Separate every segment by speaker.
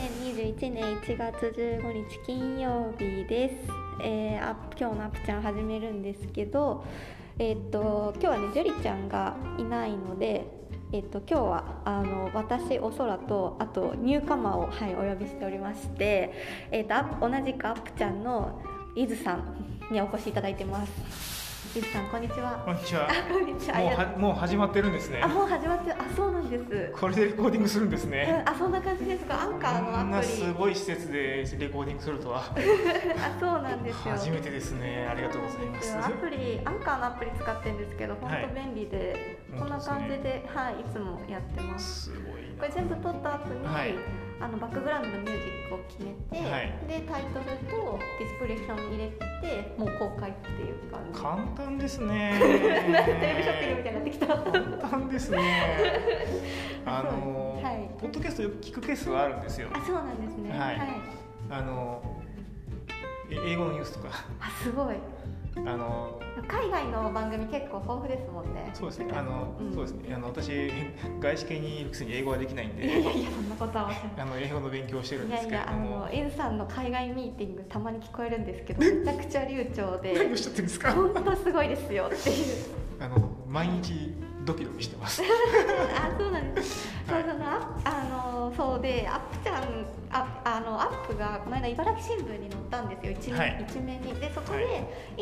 Speaker 1: 2021年1月15日金曜日です、えー、あ今日のアップちゃん始めるんですけどえーっと今日はねジュリちゃんがいないのでえーっと今日はあの私お空とあとニューカマーを、はい、お呼びしておりまして、えーっとアップ同じくアップちゃんの伊豆さんにお越しいただいてます伊豆さんこんにちは
Speaker 2: こんにちは。
Speaker 1: あこんにちは
Speaker 2: もうはもう始まってるんですね
Speaker 1: あ。もう始まってあそうなんです
Speaker 2: これでレコーディングするんですね。
Speaker 1: うん、あそんな感じですかアンカ
Speaker 2: こ
Speaker 1: ー
Speaker 2: ん
Speaker 1: のア
Speaker 2: な
Speaker 1: プリ
Speaker 2: すごい施設でレコーディングするとは
Speaker 1: あそうなんですよ
Speaker 2: 初めてですね。ありがとうございます。
Speaker 1: アプリアンカーのアプリ使ってるんですけど本
Speaker 2: はい
Speaker 1: 当便利で、こんな感じではいいつもやってます
Speaker 2: すごい
Speaker 1: これ全部撮った後に、
Speaker 2: はい
Speaker 1: あのバックグラウンドのミュージックを決めて、
Speaker 2: はい
Speaker 1: でタイトルとディスプレッション入れてもう公開っていう感
Speaker 2: な。
Speaker 1: じ。
Speaker 2: 簡単ですね
Speaker 1: なんかテレビショッピングみたいになってきた
Speaker 2: 簡単ですね。あの、
Speaker 1: はい
Speaker 2: ポッドキャストよく聞くケースはあるんですよ。
Speaker 1: あそうなんですね
Speaker 2: はいあのえ英語のニュースとか
Speaker 1: あすごい
Speaker 2: あの
Speaker 1: 海外の番組結構豊富ですもんね
Speaker 2: そうですねあの、
Speaker 1: うん
Speaker 2: そうですねあの私外資系にいるくせに英語はできないん
Speaker 1: いやい
Speaker 2: で
Speaker 1: やいやそんなことはおっしゃらない
Speaker 2: あの英語の勉強をしてるん
Speaker 1: い
Speaker 2: で
Speaker 1: やい
Speaker 2: すけれ
Speaker 1: や
Speaker 2: ど
Speaker 1: あ
Speaker 2: も。
Speaker 1: のエンさんの海外ミーティングたまに聞こえるんですけどめちゃくちゃ流暢
Speaker 2: 何をお
Speaker 1: で
Speaker 2: っしゃってるんですか。
Speaker 1: 本当すごいですよっていう
Speaker 2: あの毎日ドキドキしてます。
Speaker 1: あそうなんですそう
Speaker 2: は
Speaker 1: そ
Speaker 2: い
Speaker 1: のああのそうでアップちゃんああのアップがこの間茨城新聞に載ったんですよ一面,、
Speaker 2: はい
Speaker 1: 一面にでそこ
Speaker 2: は
Speaker 1: で、
Speaker 2: い
Speaker 1: 伊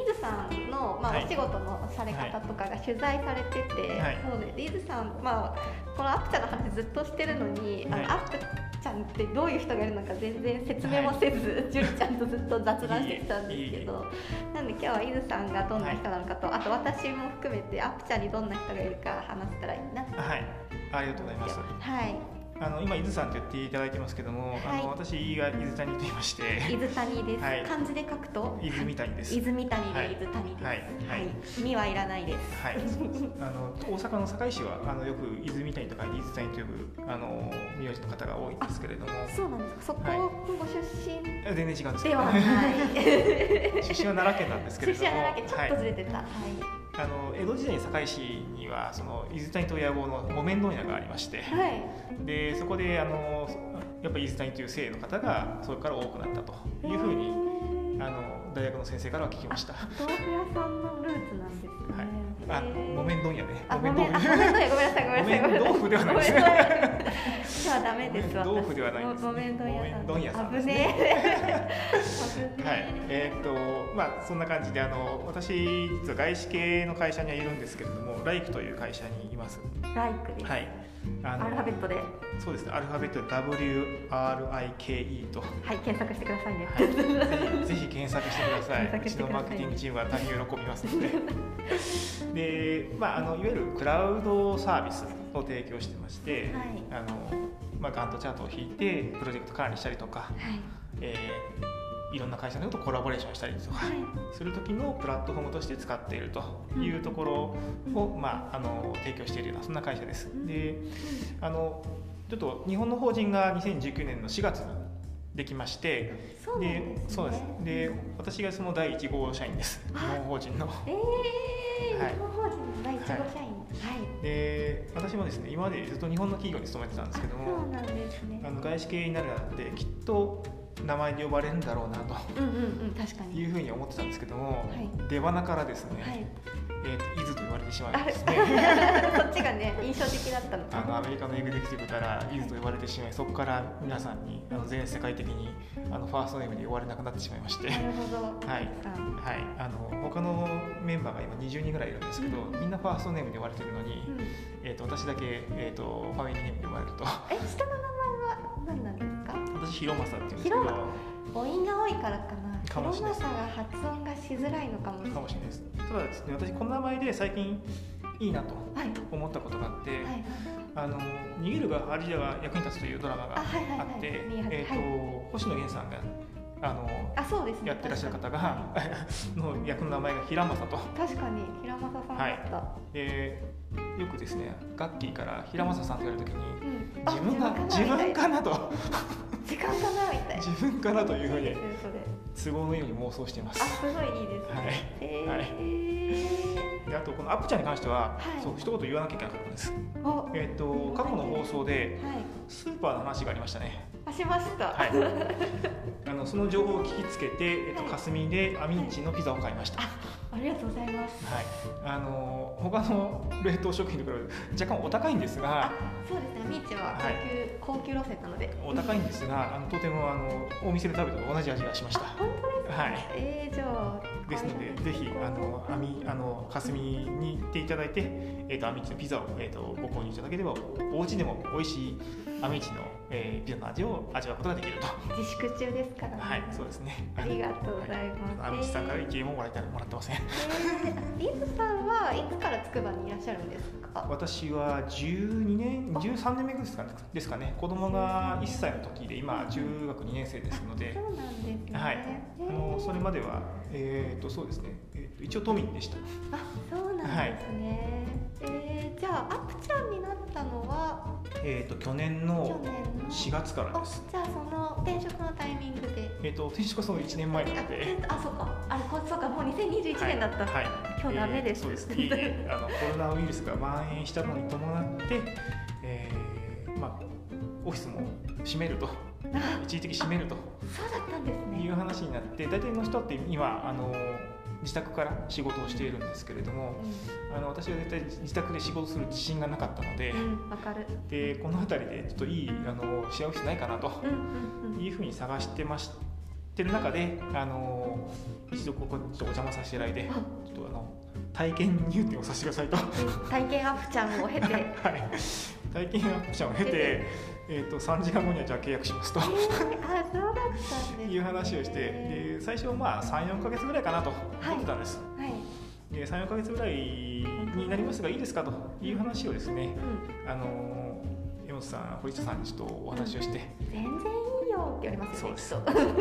Speaker 1: 豆さんの、まあ
Speaker 2: はい
Speaker 1: お仕事のされ方とかが取材されてて、
Speaker 2: はい
Speaker 1: そうでで伊豆さん、まあ、このアップちゃんの話ずっとしてるのに、
Speaker 2: はい
Speaker 1: あのアップちゃんってどういう人がいるのか全然説明もせず、ジュリちゃんとずっと雑談してきたんですけどなんで今日は伊豆さんがどんな人なのかと、あと私も含めてアップちゃんにどんな人がいるか話せたらいいな
Speaker 2: はい、ありがとうございます。
Speaker 1: はい、
Speaker 2: あの今伊豆さんと言っていただいてますけども、
Speaker 1: はい
Speaker 2: あの私が伊豆谷と言いまして、
Speaker 1: 伊豆谷です。
Speaker 2: はい
Speaker 1: 漢字で書くと。
Speaker 2: 伊豆谷です。
Speaker 1: 伊豆谷
Speaker 2: は
Speaker 1: で
Speaker 2: い
Speaker 1: 伊豆谷です。
Speaker 2: は
Speaker 1: はい
Speaker 2: はい
Speaker 1: い、みはいらないです。
Speaker 2: はい、あの大阪の堺市はあのよく伊豆谷と書いて伊豆谷と呼ぶあの名字の方が多いんですけれども、
Speaker 1: そうなんですか。そこ
Speaker 2: はい
Speaker 1: のご出身
Speaker 2: 全然違うんですけ
Speaker 1: で
Speaker 2: ど
Speaker 1: は
Speaker 2: ね、
Speaker 1: ない。
Speaker 2: 出身は奈良県なんですけ
Speaker 1: 出
Speaker 2: れど
Speaker 1: 身
Speaker 2: も、
Speaker 1: は奈良県、ちょっと
Speaker 2: は
Speaker 1: ず
Speaker 2: い、
Speaker 1: れてた。はい。
Speaker 2: あの江戸時代に堺市にはその伊豆谷と野望の木綿問屋がありまして、
Speaker 1: はい。
Speaker 2: でそこであのやっぱり伊豆谷という姓の方がそれから多くなったというふうに
Speaker 1: に
Speaker 2: あの大学の先生からは聞きました。は
Speaker 1: 豆腐屋さんのルーツなんですね。
Speaker 2: い。あ、木
Speaker 1: ん。
Speaker 2: 綿問屋ね。
Speaker 1: あ、ごめん、
Speaker 2: 木
Speaker 1: あごめ
Speaker 2: 綿
Speaker 1: んなさい、ご めんなさい、ごめんなさい。
Speaker 2: 木綿豆腐ではないですね
Speaker 1: ごめんなさいではダメです。
Speaker 2: 木綿豆腐ではないですね
Speaker 1: ごめん、どんやさん。
Speaker 2: 木綿問屋さんです
Speaker 1: 危ねえ。危ね。え。
Speaker 2: はいえーっとまあそんな感じであの私実は外資系の会社にはいるんですけれども、ライクという会社にいます。
Speaker 1: ライクです。
Speaker 2: はい。あ
Speaker 1: アルファベットで、は
Speaker 2: そうですね。アルファベットで W R I K E と。
Speaker 1: い、検索してくださいね。
Speaker 2: はい、ぜひぜひ検索してください。
Speaker 1: 検索
Speaker 2: う
Speaker 1: し
Speaker 2: ち
Speaker 1: て
Speaker 2: の
Speaker 1: ください
Speaker 2: マーケティングチームは大変喜びますので。で、まあ、あのいわゆるクラウドサービスを提供してまして、
Speaker 1: はい
Speaker 2: あのまあ、ガントチャートを引いてプロジェクト管理したりとか、
Speaker 1: はい。
Speaker 2: えーいろんな会社の人とコラボレーションしたりとか
Speaker 1: はい。
Speaker 2: する時のプラットフォームとして使っているというところを、まあ、あの提供しているようなそんな会社です。であのちょっと日本の法人が2019年の4月にできまして、
Speaker 1: そうなん
Speaker 2: で
Speaker 1: です、ね。
Speaker 2: そうです。で、私がその第一号社員です。
Speaker 1: あ
Speaker 2: 日本法人の。
Speaker 1: ええー、
Speaker 2: はい
Speaker 1: 日本法人の第一号社員。はい。
Speaker 2: で、私もですね、今までずっと日本の企業に勤めてたんですけど
Speaker 1: あそう
Speaker 2: も、
Speaker 1: なんですね
Speaker 2: あ。の外資系になるなんてきっと名前で呼ばれるんだろうなと
Speaker 1: うんうんうん、確かに。
Speaker 2: いうふうに思ってたんですけども、
Speaker 1: はい
Speaker 2: 出花からですね、
Speaker 1: はい。
Speaker 2: えっ、と伊豆と言われてしまい
Speaker 1: あ
Speaker 2: ま
Speaker 1: れ、
Speaker 2: すね。
Speaker 1: そっちがね、印象的だったの
Speaker 2: あ
Speaker 1: か
Speaker 2: の
Speaker 1: な。
Speaker 2: アメリカのエグゼクティブから伊豆と呼ばれてしまい、そこから皆さんにあの全世界的にあのファーストネームで呼ばれなくなってしまいまして。
Speaker 1: なるほど。
Speaker 2: はい
Speaker 1: あ
Speaker 2: はい、あの他のメンバーが今20人ぐらいいるんですけど、
Speaker 1: うん
Speaker 2: みんなファーストネームで呼ばれてるのに、
Speaker 1: うん、え、
Speaker 2: えー、と私だけ、えー、とファミリーネームで呼ばれる と
Speaker 1: 下の名前は何なんですか。
Speaker 2: 私広政って言うんですけど
Speaker 1: 広母音が多いからかな。
Speaker 2: かもしれない
Speaker 1: 広政が発音がしづらいのかもしれな
Speaker 2: か
Speaker 1: い。
Speaker 2: もしれないですただですね私この名前で最近いいなと
Speaker 1: はい。
Speaker 2: 思ったことがあって
Speaker 1: は
Speaker 2: 「
Speaker 1: いはい。
Speaker 2: あの逃げるがアジアが役に立つ」というドラマが
Speaker 1: あ、はいはい
Speaker 2: あ
Speaker 1: はい。
Speaker 2: って、
Speaker 1: 見えはる
Speaker 2: えーと
Speaker 1: はい。
Speaker 2: 星野源さんがあの
Speaker 1: あ、そうですね。
Speaker 2: やってらっしゃる方
Speaker 1: 確かに
Speaker 2: が の役の名前が平政と
Speaker 1: 確かに平正さんだった、
Speaker 2: でよくですねガッキーから平政さんと言われる時に
Speaker 1: うん
Speaker 2: 「
Speaker 1: あ
Speaker 2: 自分が自分かなと
Speaker 1: 時間かなみたいな
Speaker 2: 自分かなというふう
Speaker 1: いい
Speaker 2: に
Speaker 1: ですねそれ
Speaker 2: 都合のいいように妄想しています
Speaker 1: あすごいいいですね、
Speaker 2: はい
Speaker 1: え
Speaker 2: は
Speaker 1: ー
Speaker 2: であとこのアップちゃんに関して
Speaker 1: は
Speaker 2: は、
Speaker 1: い
Speaker 2: そう一言言わなきゃいけなかったんです
Speaker 1: おは
Speaker 2: えっ、と過去の放送で
Speaker 1: い
Speaker 2: スーパーの話がありましたね
Speaker 1: あしました、
Speaker 2: はい、 あのその情報を聞きつけて、えっと、
Speaker 1: はい
Speaker 2: 霞でアミンチのピザを買いました、はい
Speaker 1: ありがとうございます
Speaker 2: あの他の冷凍食品と比べて若干お高いんです
Speaker 1: あ
Speaker 2: が
Speaker 1: そうですねみーちは
Speaker 2: はい
Speaker 1: 高級、高級路線なので
Speaker 2: お高いんですがあのとてもあのお店で食べたと同じ味がしまし
Speaker 1: あ
Speaker 2: た
Speaker 1: 本当ですか、
Speaker 2: はい
Speaker 1: えー、じゃあ
Speaker 2: ですので
Speaker 1: 会社
Speaker 2: ぜひあのアミあの霞に行っていただいて、えっとアミンチのピザを、えっとご購入いただければお家でも美味しいアミンチの、えーピザの味を味わうことができると
Speaker 1: 自粛中ですからね
Speaker 2: はいそうですね
Speaker 1: ありがとうございます、
Speaker 2: アミンチさんから意見ももらえたもらってません
Speaker 1: えーリズさんはいつからつくばにいらっしゃるんですか
Speaker 2: 私は12年
Speaker 1: あ
Speaker 2: 13年目ぐらいですかねですかね子供が1歳の時で今中学2年生ですので
Speaker 1: そうなんですね
Speaker 2: はい
Speaker 1: えー
Speaker 2: あのそれまではえっ、とそうですね、えーと一応都民でした
Speaker 1: あそうなんですね、えー、じゃあアプちゃんになったのは
Speaker 2: えっ、と去年
Speaker 1: 去
Speaker 2: の
Speaker 1: 年の
Speaker 2: 4月から
Speaker 1: あ
Speaker 2: です
Speaker 1: じゃあその転職のタイミングで
Speaker 2: えっ、と転職はその1年前なので
Speaker 1: ああそうかあれこそうかもう2021年だった、
Speaker 2: はい、
Speaker 1: 今日ダメです
Speaker 2: えーそうですねいえいえあのコロナウイルスが蔓延したのに伴って、えーまあオフィスも閉めると
Speaker 1: あ
Speaker 2: 一時的に閉めると
Speaker 1: そうだったんです
Speaker 2: い
Speaker 1: ね
Speaker 2: う話になって大体の人って今あの自宅から仕事をしているんですけれどもあの私は絶対自宅で仕事する自信がなかったので,、
Speaker 1: うんうんわかる
Speaker 2: でこの辺りでちょっといいあのシェアオフィスないかなと
Speaker 1: うんうんうん
Speaker 2: いうふうに探してましてる中であの一度ここにちょっとお邪魔させていただいて
Speaker 1: あ
Speaker 2: ちょっとあの体験入店をさせてくださいと。
Speaker 1: 体験アプちゃんを経てえ
Speaker 2: はい、体験アップ者を経て、えー、と3時間後にはじゃあ契約しますと
Speaker 1: ー、あそうだったんです、ね、
Speaker 2: いう話をして
Speaker 1: え
Speaker 2: で最初まあ34か月ぐらいかなと思ってたんです、
Speaker 1: ーはい、
Speaker 2: で34か月ぐらいになりますがいいですかという話をですね
Speaker 1: うん、
Speaker 2: あのー江本さん堀下さんにちょっとお話をして
Speaker 1: 全然いいよって言われますよね
Speaker 2: そ
Speaker 1: き
Speaker 2: う
Speaker 1: っ と真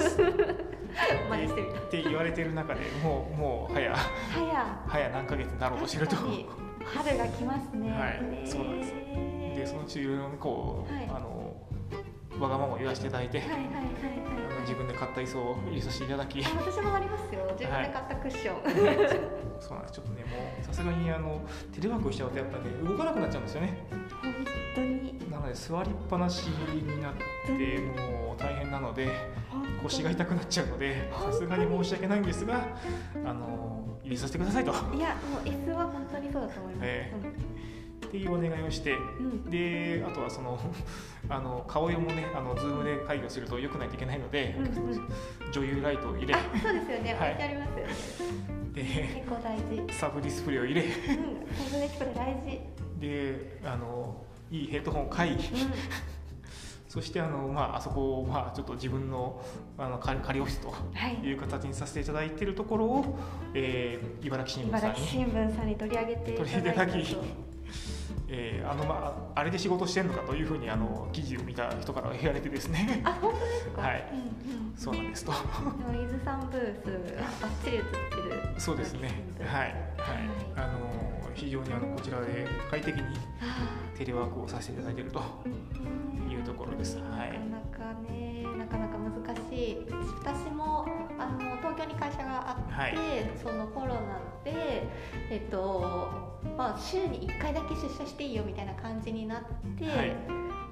Speaker 1: 似してみた
Speaker 2: って言われてる中でもうもう早
Speaker 1: 早
Speaker 2: 早何ヶ月になろうとしてると
Speaker 1: 確かに春が来ますね
Speaker 2: はいそうなんです
Speaker 1: えー
Speaker 2: でそのうちいろいろこう、
Speaker 1: はい
Speaker 2: あのわがままを言わせていただいて、
Speaker 1: はいはいはい
Speaker 2: あ
Speaker 1: はい
Speaker 2: の自分で買った椅子を入れさせていただき
Speaker 1: あ私もありますよ自分で買ったクッション、
Speaker 2: そうなんですちょっとねもうさすがにあのテレワークしちゃうとやっぱね動かなくなっちゃうんですよね
Speaker 1: 本当に
Speaker 2: なので座りっぱなしになってもう大変なので
Speaker 1: 本当に
Speaker 2: 腰が痛くなっちゃうので
Speaker 1: 本当
Speaker 2: さ
Speaker 1: に
Speaker 2: すがに申し訳ないんですがあの入れさせてくださいと
Speaker 1: いやもう椅子は本当にそうだと思います、
Speaker 2: えっていうお願いをして
Speaker 1: うんうん
Speaker 2: であとはその あの顔色もねあのズームで会議をすると良くないといけないので、
Speaker 1: うんうん
Speaker 2: 女優ライトを入れ
Speaker 1: あそうですよね、
Speaker 2: はい
Speaker 1: 置いてありますよね
Speaker 2: で
Speaker 1: 結構大事うん
Speaker 2: サブディスプレイを入れ
Speaker 1: 本当ですこれ大事
Speaker 2: であのいいヘッドホンを買い
Speaker 1: うん
Speaker 2: そしてあの、まあ、あそこを、まあ、ちょっと自分のあの仮仮オフィスと
Speaker 1: はい
Speaker 2: いう形にさせていただいているところを、えー茨城新聞さん
Speaker 1: 茨城
Speaker 2: に、
Speaker 1: 新聞さんに取り上げていただいたと
Speaker 2: 取り上げていただえーあのまあ、あれで仕事してんのかというふうにあの記事を見た人から言われてですね
Speaker 1: あ本当ですか
Speaker 2: はい
Speaker 1: うんうん
Speaker 2: そうなんですと
Speaker 1: でも伊豆さんブースバッチリ映ってる
Speaker 2: そうですねはい、はいあの非常にあのこちらで快適に
Speaker 1: あ
Speaker 2: テレワークをさせていただいていると
Speaker 1: ー
Speaker 2: いうところですは
Speaker 1: ないかなかねなかなか難しい私もあの東京に会社があって、
Speaker 2: はい
Speaker 1: そのコロナでえっとまあ週に1回だけ出社していいよみたいな感じになって、
Speaker 2: はい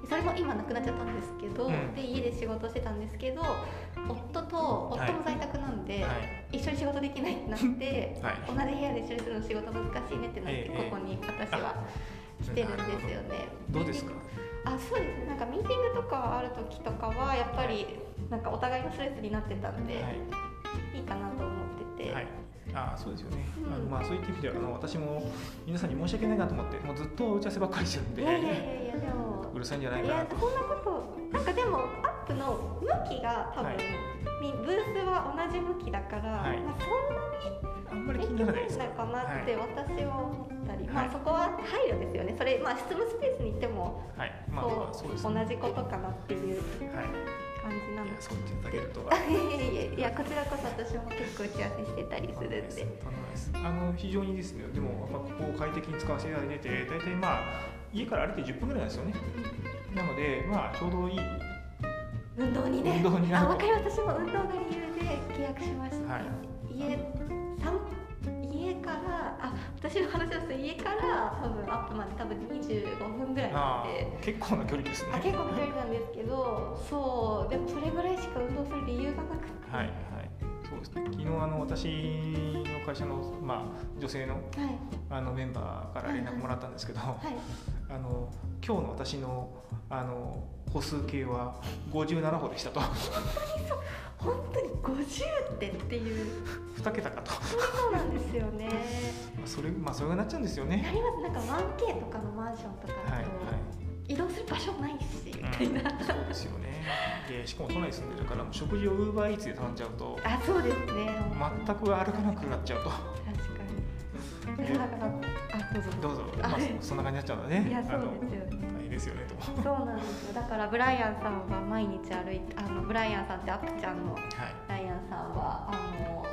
Speaker 1: それも今なくなっちゃったんですけど、
Speaker 2: うん
Speaker 1: で家で仕事してたんですけど夫と
Speaker 2: はい
Speaker 1: 夫も在宅なんで、
Speaker 2: はい
Speaker 1: 一緒に仕事できないってなって、
Speaker 2: はい
Speaker 1: 同じ部屋で一緒にするの仕事難しいねってなって、
Speaker 2: ええええ
Speaker 1: ここに私は来てるんですよね。
Speaker 2: どうですか
Speaker 1: あそうですねなんかミーティングとかある時とかはやっぱりなんかお互いのストレスになってたんで、、
Speaker 2: はい
Speaker 1: いかなと思ってて、
Speaker 2: い、はい、ああそうですよね、
Speaker 1: うん
Speaker 2: あのまあ、そういった意味ではあの私も皆さんに申し訳ないなと思ってもうずっと打ち合わせばっかりしてるんで
Speaker 1: いやいやいやいやでも
Speaker 2: うるさいんじゃな
Speaker 1: い
Speaker 2: いかな
Speaker 1: や
Speaker 2: と
Speaker 1: そんなことなんかでもアップの向きが多分、
Speaker 2: はい
Speaker 1: みブースは同じ向きだから、
Speaker 2: はい
Speaker 1: まあ、そ
Speaker 2: あんま
Speaker 1: ん
Speaker 2: り
Speaker 1: な
Speaker 2: 気
Speaker 1: に
Speaker 2: に
Speaker 1: 影
Speaker 2: な
Speaker 1: 響
Speaker 2: ら
Speaker 1: な
Speaker 2: ない
Speaker 1: い
Speaker 2: です
Speaker 1: んだかなって私は思ったり、
Speaker 2: は
Speaker 1: ま
Speaker 2: い
Speaker 1: あ、そこは配慮ですよねそれ、まあ、執務スペースに行っても
Speaker 2: はい、
Speaker 1: こ
Speaker 2: まあ、まあそう
Speaker 1: う
Speaker 2: です、
Speaker 1: 同
Speaker 2: ね。
Speaker 1: じことかなっていう
Speaker 2: はい、
Speaker 1: 感じないの
Speaker 2: や、そう言っていただけると。
Speaker 1: あ いやいやいやいやこちらこそ私も結構打ち合わせしてたりするんで
Speaker 2: とんでもないです。あの、非常にですね、でも、まあ、ここを快適に使わせていただいてて、大体まあ。家から歩いて10分ぐらいなんですよね。なので、まあ、ちょうどいい。
Speaker 1: 運動にね
Speaker 2: 運動になる
Speaker 1: あ分かる私も運動が理由で契約しました、
Speaker 2: はい
Speaker 1: 家さん家からあ私の話をすると家から多分アッまあ、多分25分ぐらいな
Speaker 2: あ
Speaker 1: んで
Speaker 2: ー結構な距離ですね
Speaker 1: あ結構な距離なんですけどそうでもそれぐらいしか運動する理由がなくて
Speaker 2: はいはいそうですね昨日あの私の会社の、まあ、女性の
Speaker 1: はい
Speaker 2: あのメンバーから連絡もらったんですけど、
Speaker 1: はい
Speaker 2: あの今日の私のあの歩数計は57歩でしたと
Speaker 1: 本当に50点っていう
Speaker 2: 2桁かと
Speaker 1: そうなんですよ ね
Speaker 2: まあそれまあそれがなっちゃうんですよ
Speaker 1: な
Speaker 2: ね
Speaker 1: りますなんか 1K とかのマンションとか
Speaker 2: は
Speaker 1: だ
Speaker 2: い
Speaker 1: と、
Speaker 2: は
Speaker 1: 移動する場所ないしみた
Speaker 2: い、
Speaker 1: いな、
Speaker 2: うんそうですよねでしかも都内に住んでるからもう食事をウーバーイーツで頼んじゃうと
Speaker 1: あそうですね
Speaker 2: 全く歩かなくなっちゃうと
Speaker 1: 確かに
Speaker 2: で
Speaker 1: でだから あどうぞ
Speaker 2: どうぞ、まあ
Speaker 1: はい、
Speaker 2: そんな感じになっちゃうんだね
Speaker 1: いやそ
Speaker 2: あ
Speaker 1: う
Speaker 2: の
Speaker 1: ですよね
Speaker 2: 大変ですよねとは
Speaker 1: そうなんですよだからブライアンさんは毎日歩いてあのブライアンさんってアップちゃんの
Speaker 2: い
Speaker 1: ブライアンさんはあの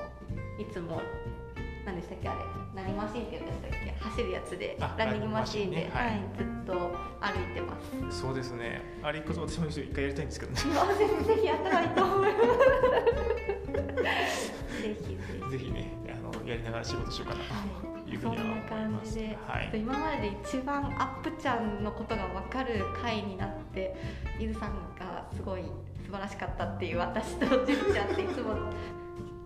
Speaker 1: いつも何でしたっけあれ何マシンって言うんでしたっけ走るやつで
Speaker 2: あ
Speaker 1: ランニングマシン
Speaker 2: ラン
Speaker 1: で
Speaker 2: ニングマ
Speaker 1: はい
Speaker 2: シンね
Speaker 1: ずっと歩いてます
Speaker 2: そうですねあれこそ私も一回やりたいんですけどね
Speaker 1: あぜひぜひやったらいいと 思いますぜひぜひ
Speaker 2: ぜひねあのやりながら仕事しようかなというふう
Speaker 1: そん
Speaker 2: には
Speaker 1: な
Speaker 2: 思い
Speaker 1: 感
Speaker 2: ま
Speaker 1: じ
Speaker 2: す
Speaker 1: で、
Speaker 2: はい
Speaker 1: 今までで一番アップちゃんのことが分かる回になってゆずさんがすごい素晴らしかったっていう私とじゅりちゃんっていつも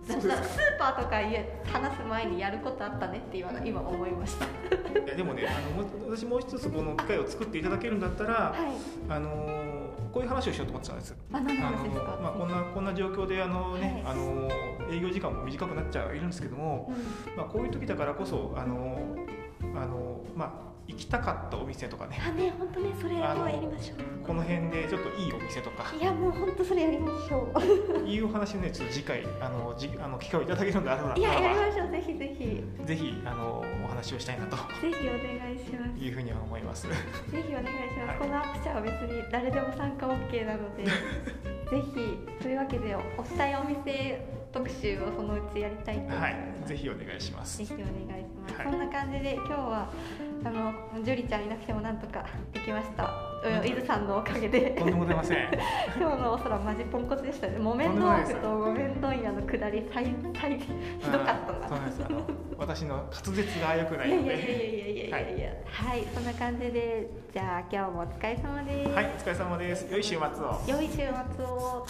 Speaker 2: そう
Speaker 1: ス
Speaker 2: ですか
Speaker 1: ーパーとか家話す前にやることあったねって今今思いました。
Speaker 2: いやでもねあのも私もう一つこの機会を作っていただけるんだったら
Speaker 1: はい。
Speaker 2: あのこういう話をしようと思ってたんです
Speaker 1: あ何の
Speaker 2: あ
Speaker 1: 話
Speaker 2: の
Speaker 1: ですか。
Speaker 2: まあ、こんなこんな状況であの、ね
Speaker 1: はい
Speaker 2: あの営業時間も短くなっちゃいるんですけども、
Speaker 1: うん
Speaker 2: まあ、こういう時だからこそあのあの、まあ、行きたかったお店とかね
Speaker 1: あね本当ねそれ
Speaker 2: あ
Speaker 1: も
Speaker 2: の
Speaker 1: うやりましょう。
Speaker 2: この辺でちょっといいお店とか
Speaker 1: いやもう本当それやりましょ
Speaker 2: いうお話をねちょっと次回あのじあの機会をいただけるのであるなら
Speaker 1: う。いややり
Speaker 2: ば
Speaker 1: ましょうぜひぜひぜ
Speaker 2: ぜひあのお話をしたいなと
Speaker 1: ひお願いします。
Speaker 2: いうふうには思います。
Speaker 1: ぜひお願いします。
Speaker 2: はい
Speaker 1: このアップチャーは別に誰でも参加 OK な ので、ぜひというわけでおしたいお店特集をそのうちやりたいと思いま
Speaker 2: は
Speaker 1: す。
Speaker 2: い、ぜひお願いします
Speaker 1: ぜ。ひお願いします。
Speaker 2: はい
Speaker 1: そんな感じで今日はあのジュリちゃんいなくてもなんとかできました。うん伊豆さんのおかげで
Speaker 2: とんでもございません。
Speaker 1: 今日のお空マジポンコツでしたね。木綿豆腐と木綿問屋の下り最最ひどかった
Speaker 2: あー
Speaker 1: な
Speaker 2: そう。なんです。あの私の滑舌が良く
Speaker 1: いやいやいやいやいやいやいや
Speaker 2: ないので。
Speaker 1: いや、はい、そんな感じで、じゃあ今日もお疲れ様です。
Speaker 2: はい、お疲れ様です。良い週末を。
Speaker 1: 良い週末を。